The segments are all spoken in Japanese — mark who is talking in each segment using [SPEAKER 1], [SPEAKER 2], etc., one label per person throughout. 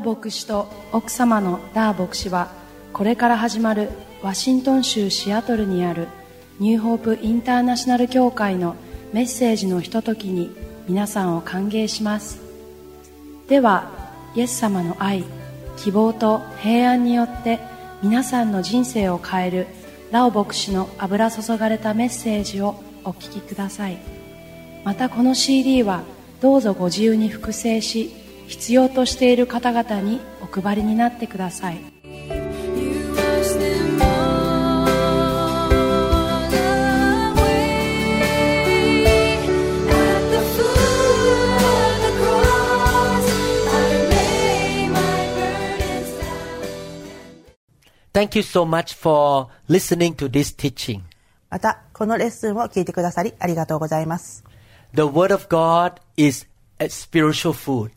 [SPEAKER 1] 牧師と奥様のダー牧師はこれから始まるワシントン州シアトルにあるニューホープインターナショナル協会のメッセージのひとときに皆さんを歓迎しますではイエス様の愛希望と平安によって皆さんの人生を変えるラオ牧師の油注がれたメッセージをお聞きくださいまたこの CD はどうぞご自由に複製し必要としている方々にお配りになってください
[SPEAKER 2] You wash them all away at the foot of the cross. I lay my burdens down.
[SPEAKER 3] Thank you so much for listening to this teaching.
[SPEAKER 4] また、このレッスンを聞いてくださりありがとうございます。
[SPEAKER 3] The Word of God is a spiritual food.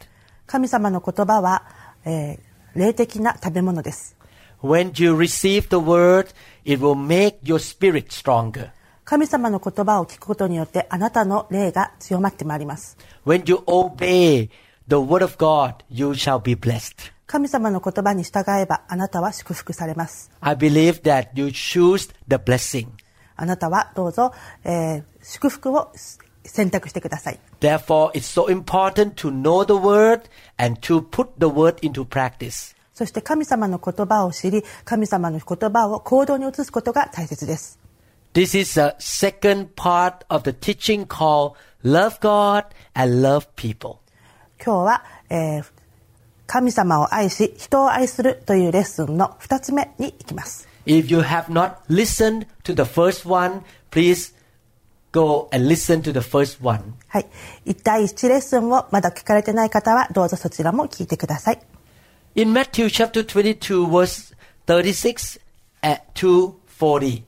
[SPEAKER 4] 神様の言葉は、えー霊的な食べ物です。
[SPEAKER 3] When you receive the Word, it will make your spirit stronger.
[SPEAKER 4] 神様の言葉を聞くことによってあなたの霊が強まってまいります。
[SPEAKER 3] When you obey the Word of God, you shall be blessed.
[SPEAKER 4] 神様の言葉に従えばあなたは祝福されます。
[SPEAKER 3] I believe that you choose the blessing.
[SPEAKER 4] あなたはどうぞ、えー祝福を選択してください。
[SPEAKER 3] Therefore, it's so important to know the Word and to put the Word into practice.
[SPEAKER 4] そして神様の言葉を知り、神様の言葉を行動に移すことが大切です。
[SPEAKER 3] This is a second part of the teaching called Love God and Love People.
[SPEAKER 4] 今日は、えー神様を愛し、人を愛するというレッスンの2つ目に行きます。
[SPEAKER 3] If you have not listened to the first one, please go and listen to the first one.
[SPEAKER 4] はい。1対1レッスンをまだ聞かれてない方は、どうぞそちらも聞いてください。
[SPEAKER 3] In Matthew chapter 22, verse 36 at 240,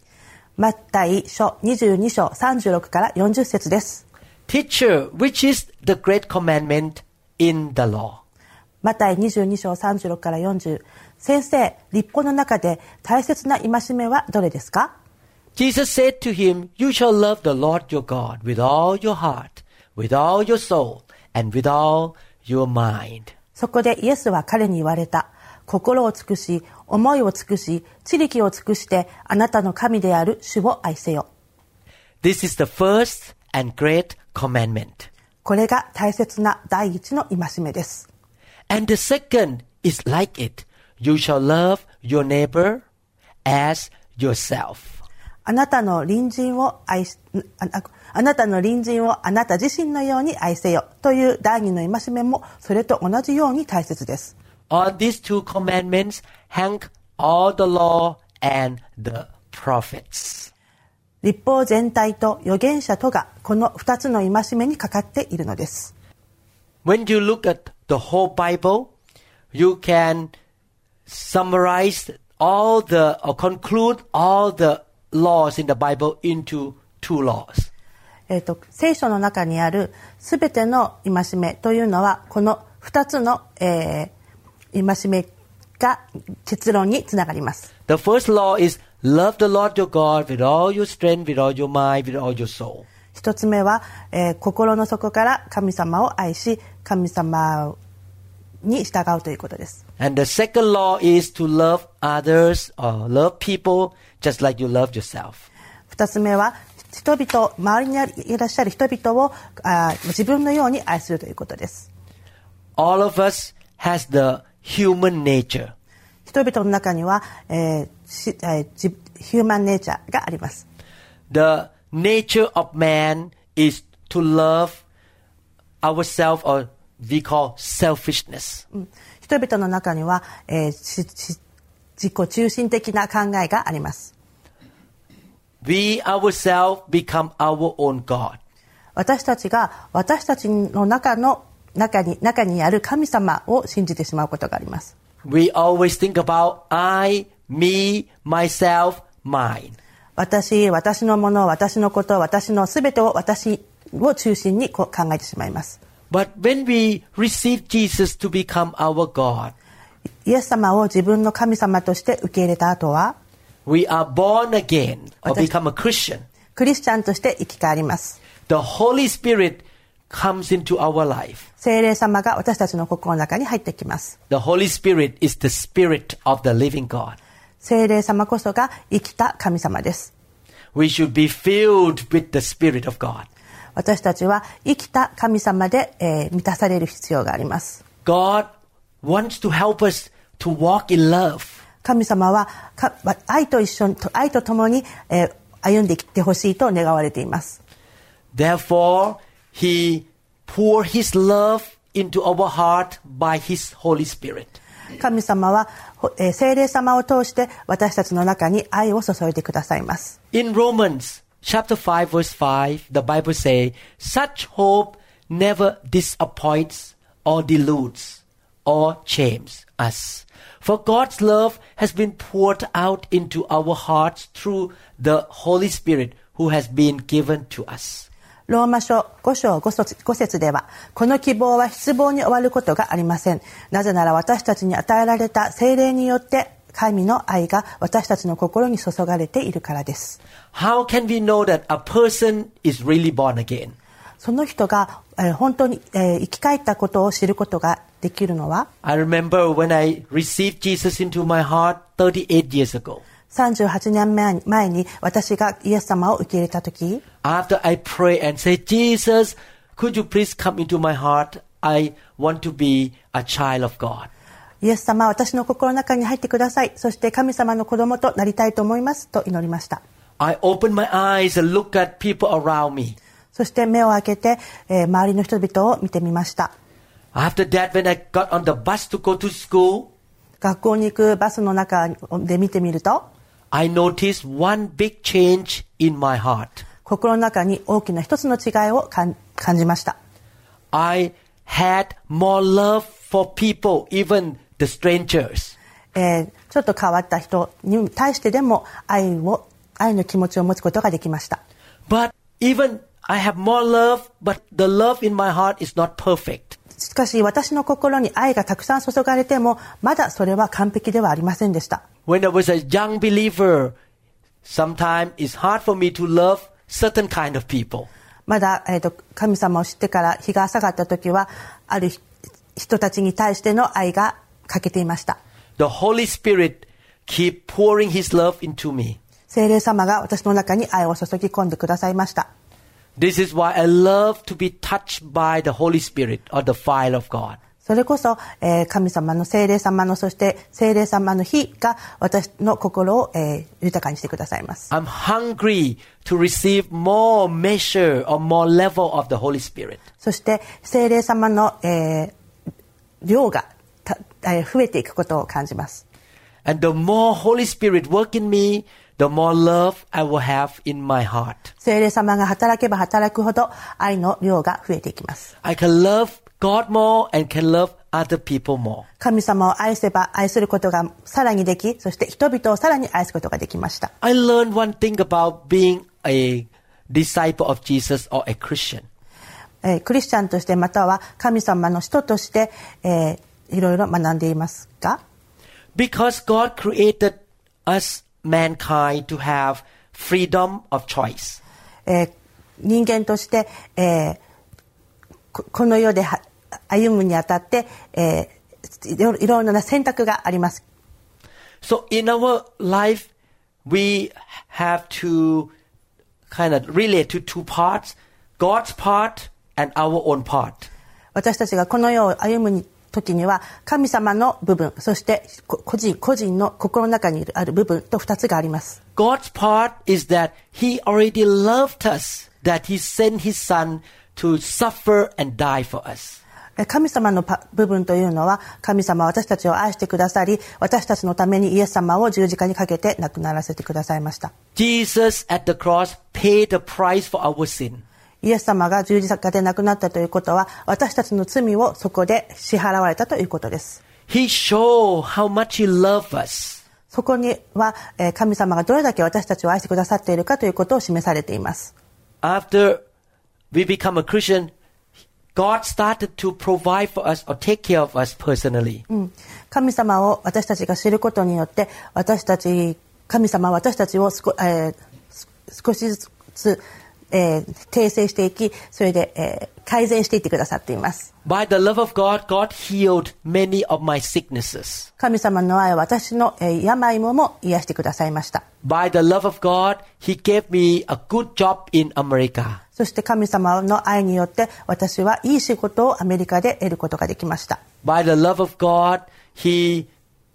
[SPEAKER 4] マッタイ書22章36から40節です。
[SPEAKER 3] Teacher, which is the great commandment in the law?
[SPEAKER 4] マタイ22章36から40。先生、立法の中で大切な戒めはどれですか
[SPEAKER 3] Jesus said to him, You shall love the Lord your God with all your heart, with all your soul, and with all your mind.
[SPEAKER 4] そこでイエスは彼に言われた。心を尽くし、思いを尽くし、地力を尽くして、あなたの神である主を愛せよ。
[SPEAKER 3] This is the first and great commandment.
[SPEAKER 4] これが大切な第一の戒めです。
[SPEAKER 3] And the second is like it. You shall love your neighbor as yourself.
[SPEAKER 4] あなたの隣人を愛し、あああなたの隣人をあなた自身のように愛せよという第二の戒めもそれと同じように大切です。
[SPEAKER 3] On these two commandments hang all the law and the prophets.
[SPEAKER 4] 立法全体と預言者とがこの二つの戒めにかかっているのです。
[SPEAKER 3] When you look at the whole Bible, you can summarize all the or conclude all the laws in the Bible into two laws.
[SPEAKER 4] えっ、と、聖書の中にあるすべての戒めというのはこの二つの、えー戒めが結論につながります。
[SPEAKER 3] The first law is love the Lord your God with all your strength, with all your mind, with all your soul.
[SPEAKER 4] 一つ目は、えー心の底から神様を愛し神様に従うということです
[SPEAKER 3] And the second law is to love others or love people just like you love yourself.
[SPEAKER 4] 二つ目は人々周りにあるいらっしゃる人々をあー自分のように愛するということです
[SPEAKER 3] All of us has the human nature.
[SPEAKER 4] 人々の中には、えーしえーじヒューマンネイチャーがあります
[SPEAKER 3] The nature of man is to love ourselves or we call selfishness.
[SPEAKER 4] 人々の中には、えーしし自己中心的な考えがあります
[SPEAKER 3] We ourselves become our own God.
[SPEAKER 4] 私たちが私たちの中の中に中にある神様を信じてしまうことがあります
[SPEAKER 3] We always think about I, me, myself, mine.
[SPEAKER 4] 私、私のもの、私のこと、私のすべてを私を中心にこう考えてしまいます。
[SPEAKER 3] But when we receive Jesus to become our God,
[SPEAKER 4] イエス様を自分の神様として受け入れた後は、
[SPEAKER 3] We are born again or
[SPEAKER 4] Atas-
[SPEAKER 3] become a Christian.
[SPEAKER 4] クリスチャンとして生き返ります。
[SPEAKER 3] The Holy Spirit comes into our life.
[SPEAKER 4] 聖霊様が私たちの心の中に入ってきます。
[SPEAKER 3] The Holy Spirit is the Spirit of the living God.
[SPEAKER 4] 聖霊様こそが生きた神様です。
[SPEAKER 3] We should be filled with the Spirit of God.
[SPEAKER 4] 私たちは生きた神様で、えー満たされる必要があります。
[SPEAKER 3] God wants to help us to walk in love.
[SPEAKER 4] 神様はか愛と一緒に、と愛と共に、えー歩んできてほしいと願われています。
[SPEAKER 3] Therefore, He poured His love into our heart by His Holy Spirit.
[SPEAKER 4] 神様は、ほえー聖霊様を通して私たちの中に愛を注いでくださいます。
[SPEAKER 3] In Romans chapter 5 verse 5, the Bible says, such hope never disappoints or deludes or shames us. For God's love has been poured out into our hearts through the Holy Spirit who has been given to us.
[SPEAKER 4] ローマ書5章 5, 節5節では、この希望は失望に終わることがありません。なぜなら私たちに与えられた聖霊によって、神の愛が私たちの心に注がれているからです。
[SPEAKER 3] How can we know that a person is really born again?
[SPEAKER 4] その人が、えー本当に、えー生き返ったことを知ることができるのは、
[SPEAKER 3] I remember when I received Jesus into my heart 38 years ago.
[SPEAKER 4] 38年前に前に私がイエス様を受け入れた時
[SPEAKER 3] After I pray and say, Jesus, could you please come into my heart? I want to be a child of God.
[SPEAKER 4] イエス様は私の心の中に入ってくださいそして神様の子供となりたいと思いますと祈りました
[SPEAKER 3] I open my eyes and look at people around me.
[SPEAKER 4] そして目を開けて、えー周りの人々を見てみました
[SPEAKER 3] After that, when I got on the bus to go to school,
[SPEAKER 4] 学校に行くバスの中で見てみると
[SPEAKER 3] I noticed one big change in my heart.
[SPEAKER 4] 心の中に大きな一つの違いを感感じました
[SPEAKER 3] I had more love for people, even the strangers.
[SPEAKER 4] えーちょっと変わった人に対してでも愛を愛の気持ちを持つことができました
[SPEAKER 3] But even I have more love, but the love in my heart is not perfect.
[SPEAKER 4] しかし私の心に愛がたくさん注がれてもまだそれは完璧ではありませんでした
[SPEAKER 3] When I was a young believer, sometimes it's hard for me to love certain kind of people.
[SPEAKER 4] まだ、えー、と神様を知ってから日が下がった時はあるひ人たちに対しての愛が欠けていました
[SPEAKER 3] The Holy Spirit keep pouring His love into me.
[SPEAKER 4] 聖霊様が私の中に愛を注ぎ込んでくださいました
[SPEAKER 3] This is why I love to be touched by the Holy Spirit or the fire of God.
[SPEAKER 4] それこそ、えー神様の聖霊様のそして聖霊様の火が私の心を、えー豊かにしてくださいます
[SPEAKER 3] I'm hungry to receive more measure or more level of the Holy Spirit.
[SPEAKER 4] そして聖霊様の、えー量がた、えー増えていくことを感じます
[SPEAKER 3] And the more Holy Spirit work in me, the more love I will have in my heart.
[SPEAKER 4] 聖霊様が働けば働くほど愛の量が増えていきます。
[SPEAKER 3] I can love God more and can love other people more.
[SPEAKER 4] 神様を愛せば愛することがさらにでき、そして人々をさらに愛すことができました。
[SPEAKER 3] I learned one thing about being a disciple of Jesus or a Christian.
[SPEAKER 4] えークリスチャンとしてまたは神様の人として、えーいろいろ学んでいますが、
[SPEAKER 3] Because God created us, mankind, to have freedom of choice.
[SPEAKER 4] えー人間として、えーここの世では歩むにあたって、えーいろいろんな選択があります。
[SPEAKER 3] So in our life, we have to kind of relate to two parts God's part and our own part.
[SPEAKER 4] 私たちがこの世を歩むに時には神様の部分そしてこ個人個人の心の中にある部分と2つがあります
[SPEAKER 3] God's part is that He already loved us, that He sent His Son to suffer and die for us.
[SPEAKER 4] え神様のパ部分というのは神様は私たちを愛してくださり私たちのためにイエス様を十字架にかけて亡くならせてくださいました
[SPEAKER 3] Jesus at the cross paid the price for our sin.
[SPEAKER 4] イエス様が十字架で亡くなったということは私たちの罪をそこで支払われたということです
[SPEAKER 3] He showed how much He loved us.
[SPEAKER 4] そこにはえー神様がどれだけ私たちを愛してくださっているかということを示されています
[SPEAKER 3] After we become a Christian, God started to provide for us or take care of us personally.
[SPEAKER 4] 神様を私たちが知ることによって私たち神様は私たちをすこ、えーす少しずつ、えー訂正していきそれで、えー改善していってくださっています。
[SPEAKER 3] By the love of God, God healed many of my sicknesses.
[SPEAKER 4] 神様の愛は私のえー病もも癒してくださいました。
[SPEAKER 3] By the love of God, He gave me a good job in America.
[SPEAKER 4] そして神様の愛によって私はいい仕事をアメリカで得ることができました。
[SPEAKER 3] By the love of God, He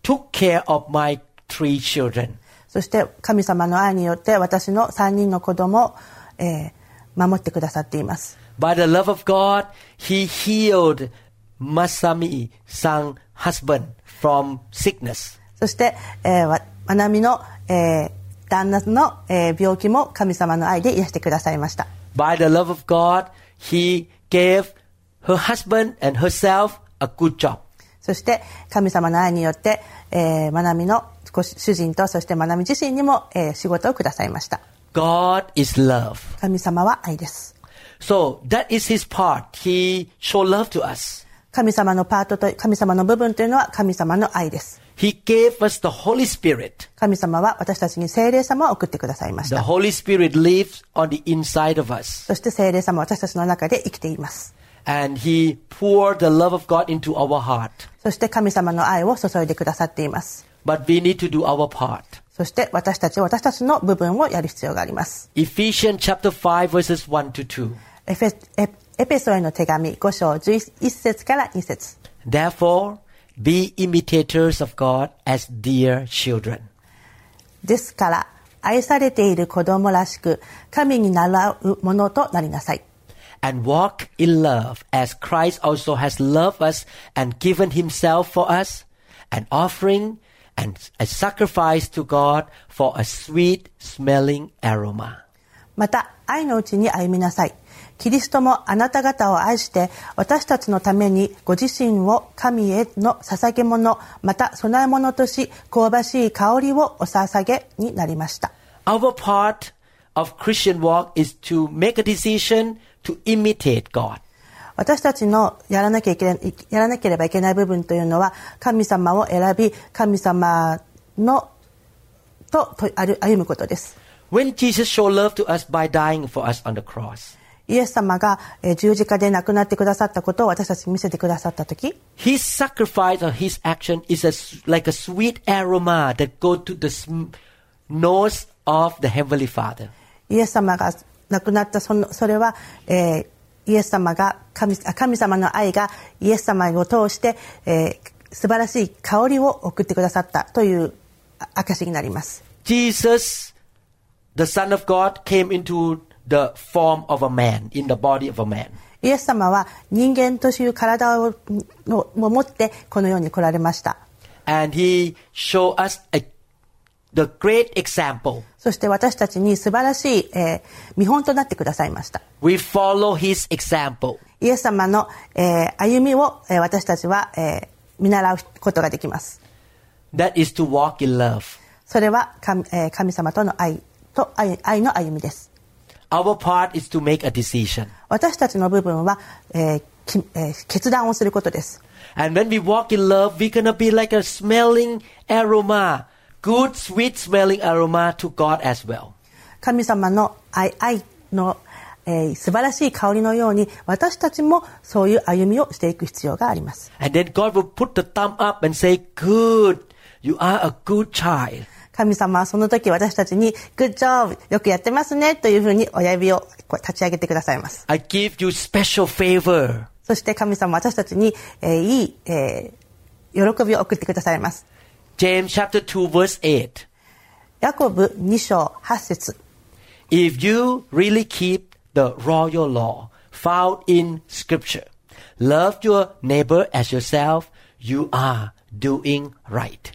[SPEAKER 3] took care of my three children.
[SPEAKER 4] そして神様の愛によって私の3人の子供を、えー守ってくださっています。
[SPEAKER 3] By the love of God, He healed Masami Sang's husband from sickness.
[SPEAKER 4] そして、えーわ、まなみの、えー旦那の、えー病気も神様の愛で癒してくださいました。
[SPEAKER 3] By the love of God, He gave her husband and herself a good job.
[SPEAKER 4] そして神様の愛によって、えー、まなみのご主人とそしてまなみ自身にも、えー仕事をくださいました。
[SPEAKER 3] God is love.
[SPEAKER 4] 神様は愛です。
[SPEAKER 3] So that is His part. He showed love to us.
[SPEAKER 4] 神様のパートと神様の部分というのは神様の愛です。
[SPEAKER 3] He gave us the Holy Spirit.
[SPEAKER 4] 神様は私たちに聖霊様を送ってくださいまし
[SPEAKER 3] The
[SPEAKER 4] た。
[SPEAKER 3] Holy Spirit lives on the inside of us.
[SPEAKER 4] そして聖霊様は私たちの中で生きています。
[SPEAKER 3] And He poured the love of God into our heart.
[SPEAKER 4] そして神様の愛を注いでくださっています。
[SPEAKER 3] But we need to do our part.
[SPEAKER 4] そして私たち、私たちの部分をやる必要があります。
[SPEAKER 3] Ephesians chapter 5 verses 1 to 2.
[SPEAKER 4] エフェエエペソへの手紙5章11節から2節
[SPEAKER 3] Therefore, be imitators of God as dear children.
[SPEAKER 4] ですから、愛されている子供らしく、神に習うものとなりなさい。
[SPEAKER 3] and walk in love as Christ also has loved us and given himself for us, an offering and a sacrifice to God for a sweet smelling aroma.
[SPEAKER 4] また愛のうちに歩みなさいキリストもあなた方を愛して私たちのためにご自身を神への捧げ物また供え物とし香ばしい香りをお捧げになりました
[SPEAKER 3] Our part of Christian walk is to make a decision to imitate God.
[SPEAKER 4] 私たちのやらなきゃいけないやらなければいけない部分というのは神様を選び神様のとと歩歩むことです
[SPEAKER 3] When Jesus showed love to us by dying for us on the cross,
[SPEAKER 4] イエス様がえー十字架で亡くなってくださったことを私たちに見せてくださった時
[SPEAKER 3] his sacrifice or his action is a s like a sweet aroma that goes to the sm- nose of the Heavenly Father.
[SPEAKER 4] イエス様が亡くなったそのそれは、えーイエス様が神あ神様の愛がイエス様を通して、えー素晴らしい香りを送ってくださったというあ証になります
[SPEAKER 3] Jesus, the Son of God, came into the form of a man, in the body of a man.
[SPEAKER 4] イエス様は人間という体をのを持ってこの世に来られました
[SPEAKER 3] And he showed us a, the great example.
[SPEAKER 4] そして私たちに素晴らしい、えー見本となってくださいました
[SPEAKER 3] We follow his example.
[SPEAKER 4] イエス様の、えー歩みを、えー私たちは、えー見習うことができます
[SPEAKER 3] That is to walk in love.
[SPEAKER 4] それは神,、えー神様との愛と愛愛の歩みです
[SPEAKER 3] Our part is to make a decision.
[SPEAKER 4] 私たちの部分は、えーきえー決断をすることです
[SPEAKER 3] And when we walk in love, we're going to be like a smelling aroma, good, sweet smelling aroma to God as well.
[SPEAKER 4] 神様の愛愛の、えー素晴らしい香りのように私たちもそういう歩みをしていく必要があります
[SPEAKER 3] And then God will put the thumb up and say, Good, you are a good child.
[SPEAKER 4] 神様はその時私たちに「グッジョブよくやってますね」というふうに親指をこう立ち上げてくださいます
[SPEAKER 3] I give you special favor.
[SPEAKER 4] そして神様は私たちに、えーいい、えー喜びを送ってくださいます
[SPEAKER 3] James chapter 2 verse 8.
[SPEAKER 4] ヤコブ2章8節
[SPEAKER 3] If you really keep the royal law found in scripture, love your neighbor as yourself, you are doing right.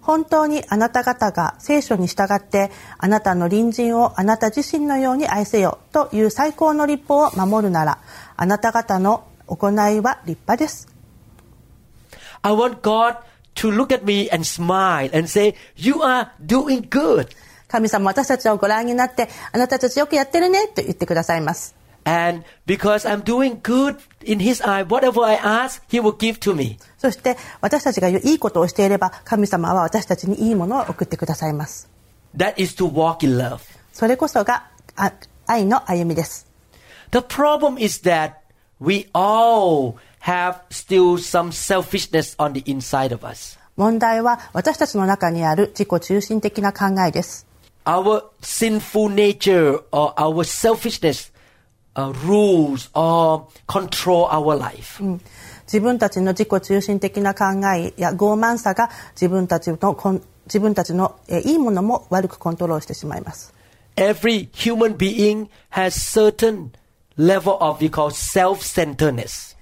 [SPEAKER 4] 本当にあなた方が聖書に従ってあなたの隣人をあなた自身のように愛せよという最高の立法を守るならあなた方の行いは立派です
[SPEAKER 3] I want God to look at me and smile and say, you are doing good.
[SPEAKER 4] 神様私たちをご覧になってあなたたちよくやってるねと言ってくださいます
[SPEAKER 3] And because I'm doing good in his eye, whatever I ask, he will give to me.
[SPEAKER 4] そして私たちがいいことをしていれば神様は私たちにいいものを送ってくださいます
[SPEAKER 3] That is to walk in love.
[SPEAKER 4] それこそがあ愛の歩みです
[SPEAKER 3] The problem is that we all have still some selfishness on the inside of us.
[SPEAKER 4] 問題は私たちの中にある自己中心的な考えです。
[SPEAKER 3] Our sinful nature or our selfishness uh, rules or control our life.
[SPEAKER 4] 自分たちの自己中心的な考えや傲慢さが自分たちのこん自分たちのえーいいものも悪くコントロールしてしまいます。
[SPEAKER 3] Every human being has certain level of we call self-centeredness.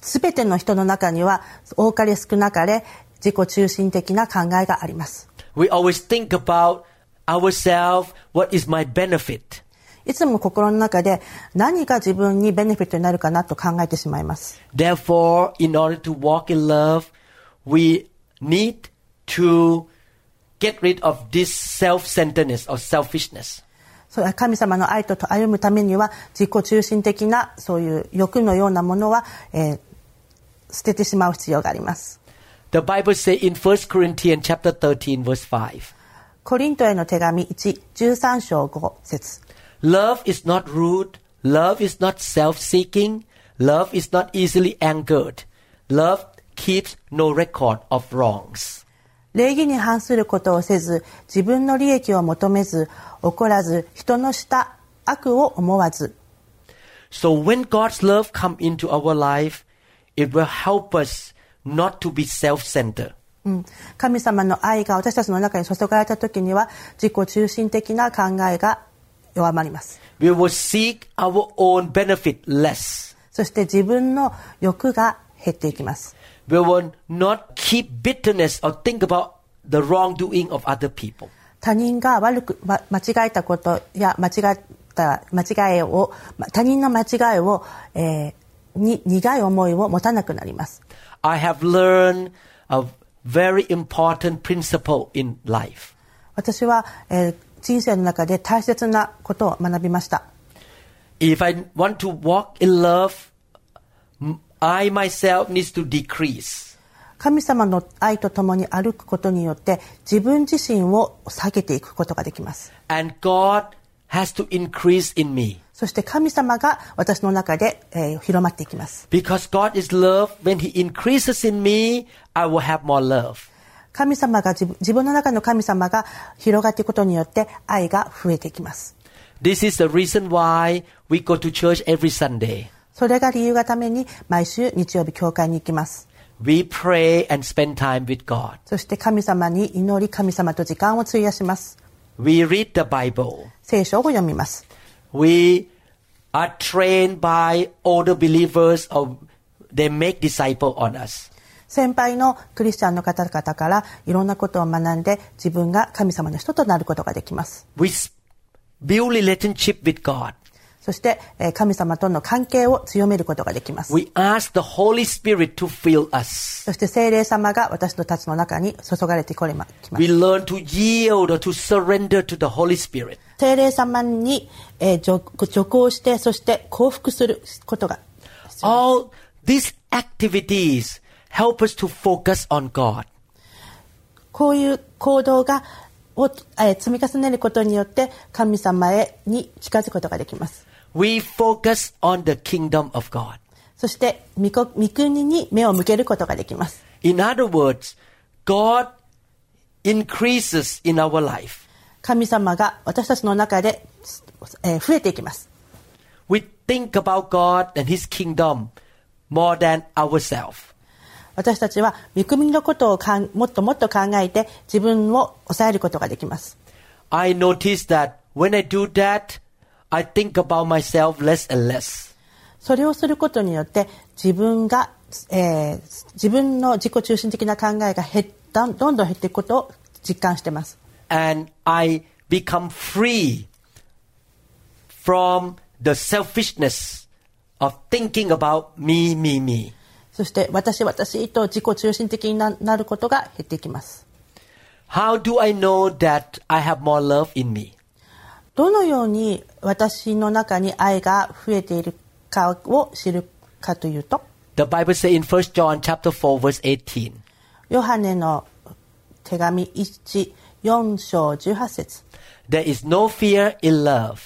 [SPEAKER 4] すべての人の中には多かれ少なかれ自己中心的な考えがあります。
[SPEAKER 3] We always think about ourselves, what is my benefit?
[SPEAKER 4] いつも心の中で何が自分にベネフィットになるかなと考えてしまいます。
[SPEAKER 3] Therefore, in order to walk in love, we need to get rid of this self-centeredness or selfishness.
[SPEAKER 4] そう神様の愛と歩むためには自己中心的なそういう欲のようなものは、えー捨ててしまう必要があります。
[SPEAKER 3] The Bible says in 1 Corinthians chapter 13 verse 5,
[SPEAKER 4] コリントへの手紙1、13章5節
[SPEAKER 3] Love is not rude, love is not self-seeking, love is not easily angered. Love keeps no record of wrongs.
[SPEAKER 4] 礼儀に反することをせず自分の利益を求めず怒らず人のした悪を思わず
[SPEAKER 3] So when God's love come into our life, it will help us not to be self-centered.
[SPEAKER 4] うん神様の愛が私たちの中に注がれた時には自己中心的な考えが弱まります
[SPEAKER 3] We will seek our own benefit less.
[SPEAKER 4] そして自分の欲が減っていきます
[SPEAKER 3] We will not keep bitterness or think about the wrongdoing of other people.
[SPEAKER 4] 他人が悪く、ま間違えたことや間違った間違いをま他人の間違いを、えーに苦い思いを持たなくなります
[SPEAKER 3] I have learned a very important principle in life.
[SPEAKER 4] 私は、えー人生の中で大切なことを学びました
[SPEAKER 3] If I want to walk in love, m- I myself needs to decrease.
[SPEAKER 4] 神様の愛と共に歩くことによって自分自身を下げていくことができます
[SPEAKER 3] And God has to increase in me.
[SPEAKER 4] そして神様が私の中で、えー広まっていきます
[SPEAKER 3] Because God is love, when He increases in me, I will have more love.
[SPEAKER 4] 神様が自分自分の中の神様が広がっていくことによって愛が増えていきます
[SPEAKER 3] This is the reason why we go to church every Sunday.
[SPEAKER 4] それが理由がために毎週日曜日教会に行きます
[SPEAKER 3] We pray and spend time with God.
[SPEAKER 4] そして神様に祈り神様と時間を費やします
[SPEAKER 3] We read the Bible.
[SPEAKER 4] 聖書を読みます
[SPEAKER 3] we are trained by older believers or they make disciple on us
[SPEAKER 4] 先輩のクリスチャンの方々からいろんなことを学んで自分が神様の人となることができます
[SPEAKER 3] we s- build relationship with god
[SPEAKER 4] そしてえー神様との関係を強めることができます
[SPEAKER 3] we ask the holy spirit to fill us
[SPEAKER 4] そして聖霊様が私たちの中に注がれてこれまきます
[SPEAKER 3] we learn to yield or to surrender to the holy spirit
[SPEAKER 4] 聖霊様に、えー、徐徐行してそして降伏することが
[SPEAKER 3] all these activities help us to focus on god
[SPEAKER 4] こういう行動がを、えー積み重ねることによって神様へに近づくことができます
[SPEAKER 3] we focus on the kingdom of god
[SPEAKER 4] そして御こ御国に目を向けることができます
[SPEAKER 3] in other words god increases in our life
[SPEAKER 4] 神様が私たちの中で、えー増えていきます
[SPEAKER 3] We think about God and His kingdom more than ourselves.
[SPEAKER 4] 私たちは御国のことをかんもっともっと考えて自分を抑えることができます
[SPEAKER 3] I notice that when I do that, I think about myself less and less.
[SPEAKER 4] それをすることによって自分が、えー自分の自己中心的な考えが減っどんどんどん減っていくことを実感してます
[SPEAKER 3] And I become free from the selfishness of thinking about me, me, me.
[SPEAKER 4] そして私私と自己中心的にななることが減っていきます
[SPEAKER 3] How do I know that I have more love in me?
[SPEAKER 4] どのように私の中に愛が増えているかを知るかというと
[SPEAKER 3] The Bible says in 1 John chapter 4 verse 18,
[SPEAKER 4] ヨハネの手紙14章18節
[SPEAKER 3] There is no fear in love,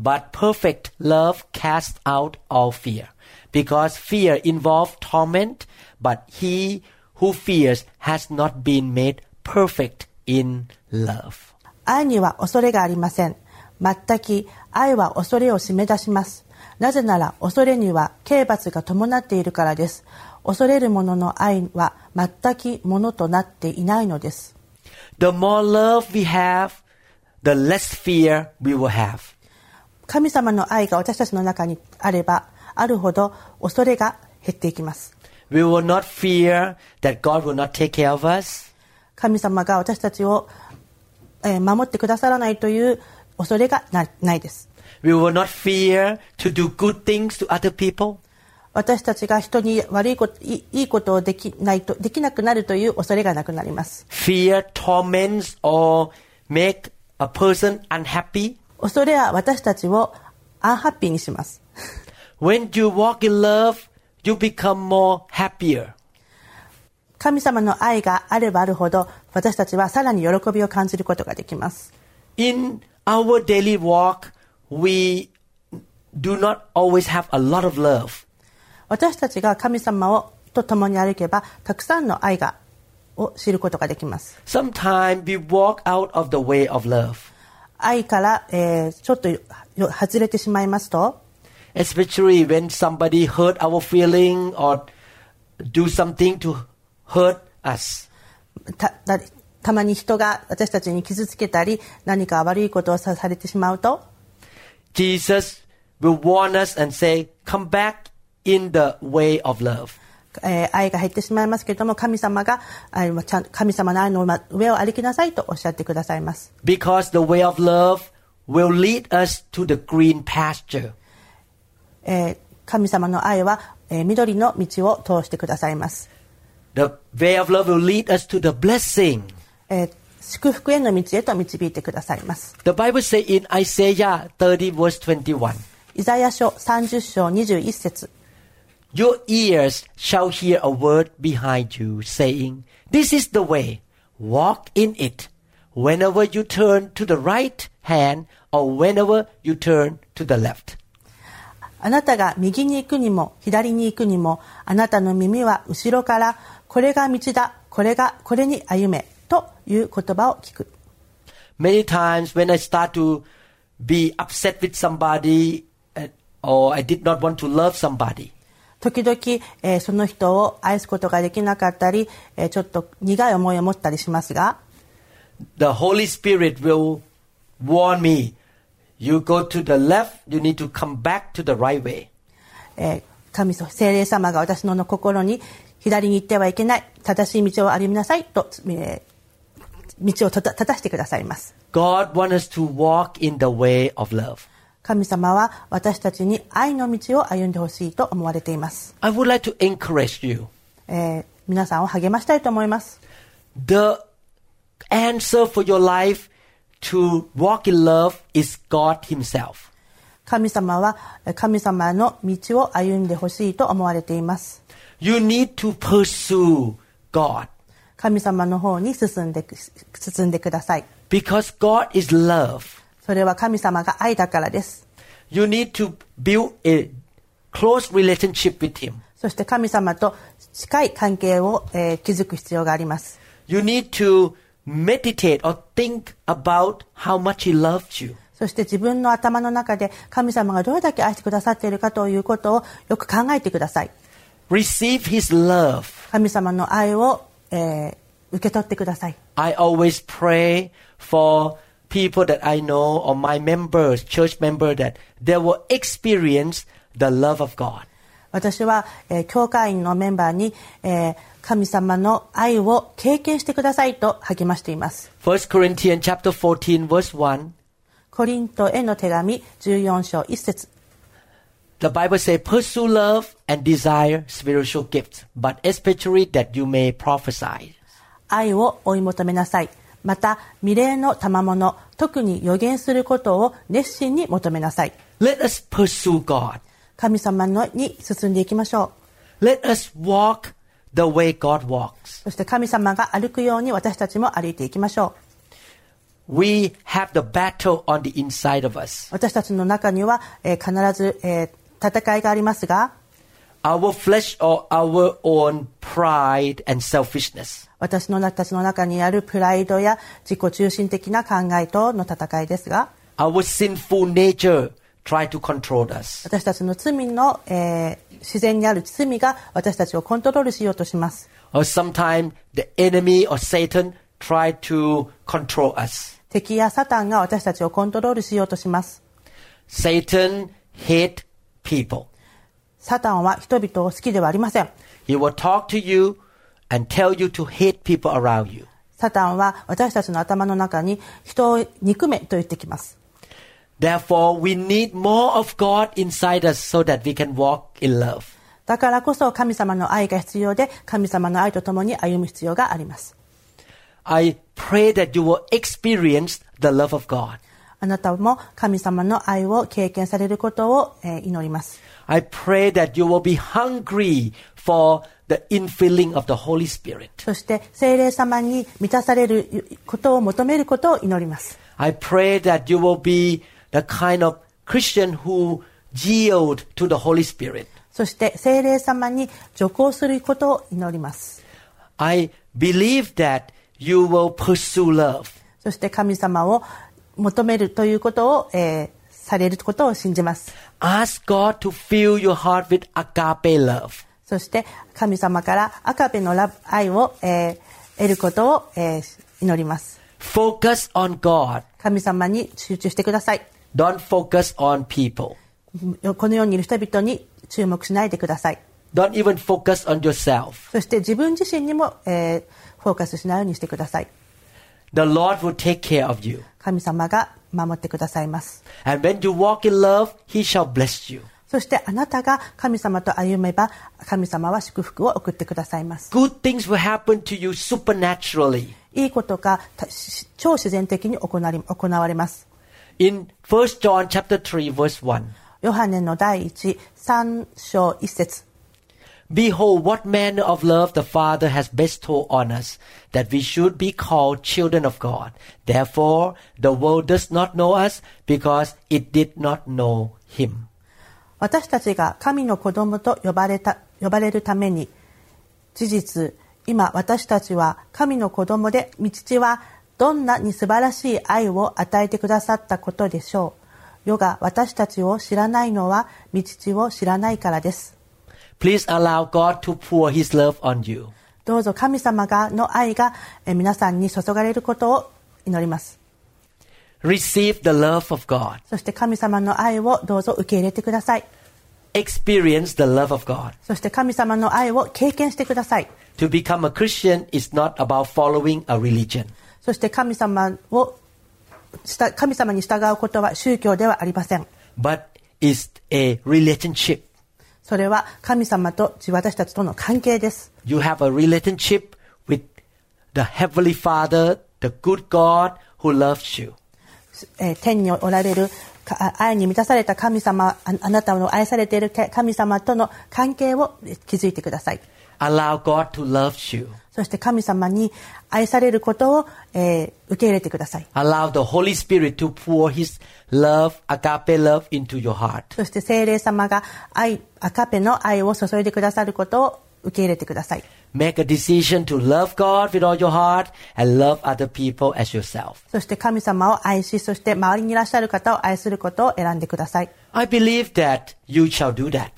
[SPEAKER 3] But perfect love casts out all fear, because fear involves torment, but he who fears has not been made perfect in love.
[SPEAKER 4] 愛には恐れがありません。全く愛は恐れを締め出します。なぜなら恐れには刑罰が伴っているからです。恐れる者の愛は全くものとなっていないのです。
[SPEAKER 3] The more love we have, the less fear we will have.
[SPEAKER 4] 神様の愛が私たちの中にあればあるほど恐れが減っていきます。
[SPEAKER 3] We will not fear that God will not take care of us.
[SPEAKER 4] 神様が私たちを、えー守ってくださらないという恐れがなないです。
[SPEAKER 3] We will not fear to do good things to other people.
[SPEAKER 4] 私たちが人に悪いこといいいことをできないとできなくなるという恐れがなくなります
[SPEAKER 3] Fear torments or make a person unhappy.
[SPEAKER 4] 恐れは私たちをアンハッピーにします
[SPEAKER 3] When you walk in love, you become more happier.
[SPEAKER 4] 神様の愛があればあるほど私たちはさらに喜びを感じることができます
[SPEAKER 3] In our daily walk, we do not always have a lot of love.
[SPEAKER 4] 私たちが神様をと共に歩けばたくさんの愛がを知ることができます
[SPEAKER 3] Sometimes we walk out of the way of love.
[SPEAKER 4] 愛から、えーちょっとよ外れてしまいますと
[SPEAKER 3] especially when somebody hurt our feeling or do something to hurt us
[SPEAKER 4] ただたまに人が私たちに傷つけたり何か悪いことをさされてしまうと
[SPEAKER 3] jesus will warn us and say come back in the way of love
[SPEAKER 4] えー愛が減ってしまいますけれども神様が愛はちゃん神様の愛のま上を歩きなさいとおっしゃってくださいます
[SPEAKER 3] because the way of love will lead us to the green pasture
[SPEAKER 4] えー神様の愛は、えー緑の道を通してくださいます、
[SPEAKER 3] the way of love will lead us to the blessing
[SPEAKER 4] えー祝福への道へと導いてくださいます
[SPEAKER 3] the bible says in isaiah 30 verse 21
[SPEAKER 4] イザヤ書30章21節
[SPEAKER 3] Your ears shall hear a word behind you saying, This is the way, walk in it. Whenever you turn to the right hand or whenever you turn to the left.
[SPEAKER 4] あなたが右に行くにも左に行くにもあなたの耳は後ろからこれが道だこれがこれに歩めという言葉を聞く
[SPEAKER 3] Many times when I start to be upset with somebody uh, or I did not want to love somebody,
[SPEAKER 4] 時々、えーその人を愛すことができなかったり、えーちょっと苦い思いを持ったりしますが
[SPEAKER 3] the Holy Spirit will warn me, you go to the left, you need to come back to the right way.
[SPEAKER 4] えー神様聖霊様が私の心に左に行ってはいけない正しい道を歩みなさいと、えー道をたた立たしてくださいます
[SPEAKER 3] God wants us to walk in the way of love.
[SPEAKER 4] 神様は私たちに愛の道を歩んでほしいと思われています、
[SPEAKER 3] I would like to encourage you.
[SPEAKER 4] えー皆さんを励ましたいと思います
[SPEAKER 3] The answer for your life to walk in love is God Himself.
[SPEAKER 4] 神様はえー神様の道を歩んでほしいと思われています
[SPEAKER 3] You need to pursue God
[SPEAKER 4] 神様の方に進んでく進んでください
[SPEAKER 3] because God is love.
[SPEAKER 4] それは神様が愛だからです。
[SPEAKER 3] You need to build a close relationship with Him.
[SPEAKER 4] そして神様と近い関係を、えー築く必要があります。
[SPEAKER 3] You need to meditate or think about how much He loved you.
[SPEAKER 4] そして自分の頭の中で神様がどれだけ愛してくださっているかということをよく考えてください。
[SPEAKER 3] Receive His love.
[SPEAKER 4] 神様の愛を、えー受け取ってください。
[SPEAKER 3] I always pray for people that I know or my members, church member, that they will experience the love of God.
[SPEAKER 4] 私は、えー教会員のメンバーに、えー神様の愛を経験してくださいと励ましています。
[SPEAKER 3] 1 Corinthians chapter 14 verse 1,
[SPEAKER 4] コリントへの手紙14章1節
[SPEAKER 3] the Bible says, pursue love and desire spiritual gifts, but especially that you may prophesy.
[SPEAKER 4] 愛を追い求めなさいまた未霊の賜物特に予言することを熱心に求めなさい
[SPEAKER 3] Let us pursue God.
[SPEAKER 4] 神様のに進んでいきましょ
[SPEAKER 3] Let us walk the way God walks.
[SPEAKER 4] うそして神様が歩くように私たちも歩いていきましょ
[SPEAKER 3] we have the battle on the inside of us.
[SPEAKER 4] 私たちの中には、えー必ず、えー戦いがありますが
[SPEAKER 3] Our flesh or our own pride and selfishness.
[SPEAKER 4] 私のたちの中にあるプライドや自己中心的な考えとの戦いですが
[SPEAKER 3] Our sinful nature try to control us.
[SPEAKER 4] 私たちの罪の、えー自然にある罪が私たちをコントロールしようとします
[SPEAKER 3] Or sometimes the enemy or Satan try to control us.
[SPEAKER 4] 敵やサタンが私たちをコントロールしようとします
[SPEAKER 3] Satan hate people.
[SPEAKER 4] サタンは人々を好きではありません
[SPEAKER 3] He will talk to you and tell you to hate people around you.
[SPEAKER 4] サタンは私たちの頭の中に人を憎めと言ってきます
[SPEAKER 3] Therefore, we need more of God inside us so that we can walk in love.
[SPEAKER 4] だからこそ神様の愛が必要で神様の愛と共に歩む必要があります
[SPEAKER 3] I pray that you will experience the love of God.
[SPEAKER 4] あなたも神様の愛を経験されることを、えー祈ります
[SPEAKER 3] I pray that you will be hungry for the infilling of the Holy Spirit.
[SPEAKER 4] そして聖霊様に満たされることを求めることを祈ります
[SPEAKER 3] I pray that you will be the kind of Christian who yield to the Holy Spirit.
[SPEAKER 4] そして聖霊様に助行することを祈ります
[SPEAKER 3] I believe that you will pursue love.
[SPEAKER 4] そして神様を求めるということを、えーされることを信じます
[SPEAKER 3] Ask God to fill your heart with agape love.
[SPEAKER 4] そして神様から赤べのラブ愛を、えー得ることを、えー祈ります
[SPEAKER 3] Focus on God.
[SPEAKER 4] 神様に集中してください
[SPEAKER 3] Don't focus on people.
[SPEAKER 4] この世にいる人々に注目しないでください
[SPEAKER 3] Don't even focus on yourself.
[SPEAKER 4] そして自分自身にも、えーフォーカスしないようにしてください
[SPEAKER 3] The Lord will take care of you.
[SPEAKER 4] 神様が守ってくださいます
[SPEAKER 3] And when you walk in love, He shall bless you.
[SPEAKER 4] そしてあなたが神様と歩めば神様は祝福を送ってくださいます
[SPEAKER 3] Good things will happen to you supernaturally.
[SPEAKER 4] いいことがたし超自然的に行なり行われます
[SPEAKER 3] In 1 John chapter 3 verse 1.
[SPEAKER 4] ヨハネの第13章1節
[SPEAKER 3] Behold, what manner of love the Father has bestowed on us, that we should be called children of God. Therefore, the world does not know us because it did not know Him.
[SPEAKER 4] 私たちが神の子供と呼ばれた呼ばれるために事実今私たちは神の子供で御父はどんなに素晴らしい愛を与えてくださったことでしょう世が私たちを知らないのは御父を知らないからです
[SPEAKER 3] Please allow God to pour His love on you.
[SPEAKER 4] どうぞ神様がの愛がえ皆さんに注がれることを祈ります
[SPEAKER 3] Receive the love of God.
[SPEAKER 4] そして神様の愛をどうぞ受け入れてください
[SPEAKER 3] Experience the love of God.
[SPEAKER 4] そして神様の愛を経験してください
[SPEAKER 3] To become a Christian is not about following a religion.
[SPEAKER 4] そして神様をした神様に従うことは宗教ではありません。
[SPEAKER 3] but is a relationship.
[SPEAKER 4] それは神様と私たちとの関係です。
[SPEAKER 3] You have a relationship with the Heavenly Father, the good God who loves you.
[SPEAKER 4] えー天におられるかあ愛に満たされた神様あ、あなたの愛されているけ神様との関係を築いてください。
[SPEAKER 3] Allow God to love you.
[SPEAKER 4] そして神様に愛されることを、えー受け入れてください。
[SPEAKER 3] Allow the Holy Spirit to pour His love, agape love, into your heart.
[SPEAKER 4] そして聖霊様が愛、アカペの愛を注いでくださることを受け入れてください。
[SPEAKER 3] Make a decision to love God with all your heart and love other people as yourself.
[SPEAKER 4] そして神様を愛し、そして周りにいらっしゃる方を愛することを選んでください。
[SPEAKER 3] I believe that you shall do that.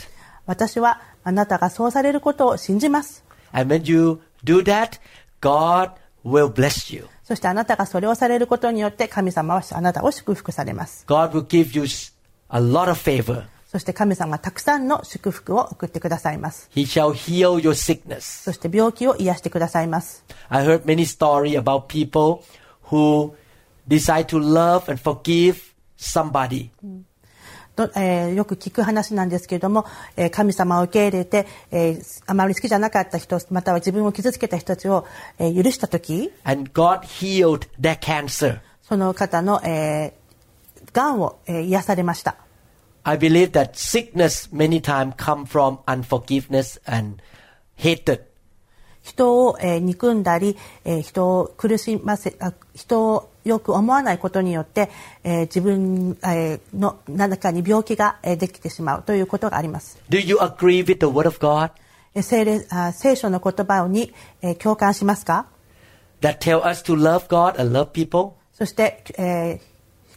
[SPEAKER 4] 私はあなたがそうされることを信じます。
[SPEAKER 3] And when you do that, God will bless you.
[SPEAKER 4] そしてあなたがそれをされることによって神様はあなたを祝福されます。
[SPEAKER 3] God will give you s- a lot of favor.
[SPEAKER 4] そして神様がたくさんの祝福を送ってくださいます。
[SPEAKER 3] He shall heal your sickness.
[SPEAKER 4] そして病気を癒してくださいます。
[SPEAKER 3] I heard many story about people who decide to love and forgive somebody.
[SPEAKER 4] とえーよく聞く話なんですけれども、えー神様を受け入れて、えーあまり好きじゃなかった人、または自分を傷つけた人たちを、えー許したとき、
[SPEAKER 3] And God healed their cancer.
[SPEAKER 4] その方の、えー、癌を、えー癒されました。
[SPEAKER 3] I believe that sickness many times come from unforgiveness and hatred.
[SPEAKER 4] 人を、えー憎んだり、えー人を苦しませあ人をよく思わないことによって、えー自分、えーの何らかに病気が、えーできてしまうということがあります。
[SPEAKER 3] Do you agree with the word of God
[SPEAKER 4] えー聖霊あー聖書の言葉に、えー共感しますか
[SPEAKER 3] that tell us to love God and love people?
[SPEAKER 4] そして、えー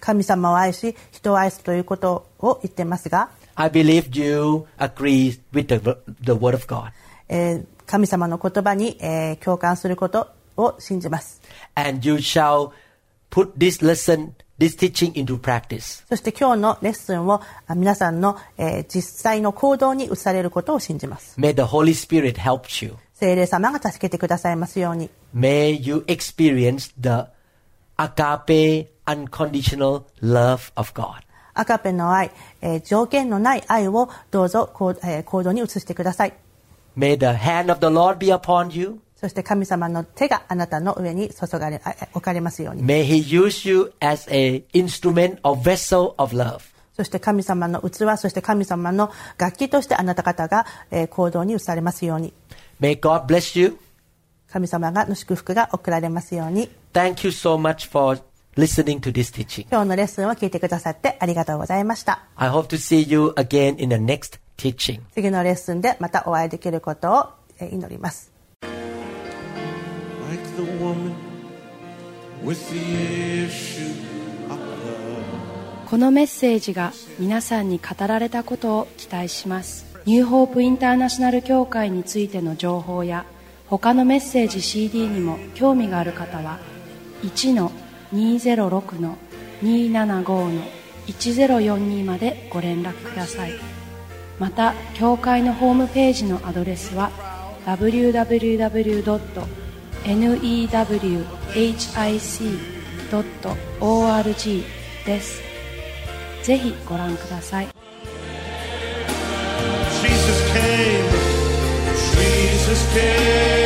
[SPEAKER 4] 神様を愛し人を愛すということを言ってますが、
[SPEAKER 3] I believe you agree with the, the word of God.
[SPEAKER 4] えー神様の言葉に、えー共感することを信じます。
[SPEAKER 3] And you shall put this lesson, this teaching into practice.
[SPEAKER 4] そして今日のレッスンをあ皆さんの、えー実際の行動に移されることを信じます。
[SPEAKER 3] May the Holy Spirit help you.
[SPEAKER 4] 聖霊様が助けてくださいますように。
[SPEAKER 3] May you experience the agape unconditional love of God.
[SPEAKER 4] アカペの愛、えー条件のない愛をどうぞ行,、えー行動に移してください。
[SPEAKER 3] May the hand of the Lord be upon you.
[SPEAKER 4] そして神様の手があなたの上に注がれ、あ置かれますように。
[SPEAKER 3] May he use you as a instrument or vessel of love.
[SPEAKER 4] そして神様の器、そして神様の楽器としてあなた方が、えー行動に移されますように。
[SPEAKER 3] May God bless you.
[SPEAKER 4] 神様がの祝福が送られますように。
[SPEAKER 3] Thank you so much for listening to this teaching.
[SPEAKER 4] 今日のレッスンを聞いてくださってありがとうございました。
[SPEAKER 3] I hope to see you again in the next teaching.
[SPEAKER 4] 次のレッスンでまたお会いできることをえー祈ります。
[SPEAKER 5] like the woman with the issue of blood.
[SPEAKER 1] このメッセージが皆さんに語られたことを期待しますニューホープインターナショナル協会についての情報や他のメッセージ CD にも興味がある方は1-206-275-1042までご連絡くださいまた教会のホームページのアドレスは www.newhic.org ですぜひご覧ください
[SPEAKER 5] Jesus came, Jesus came.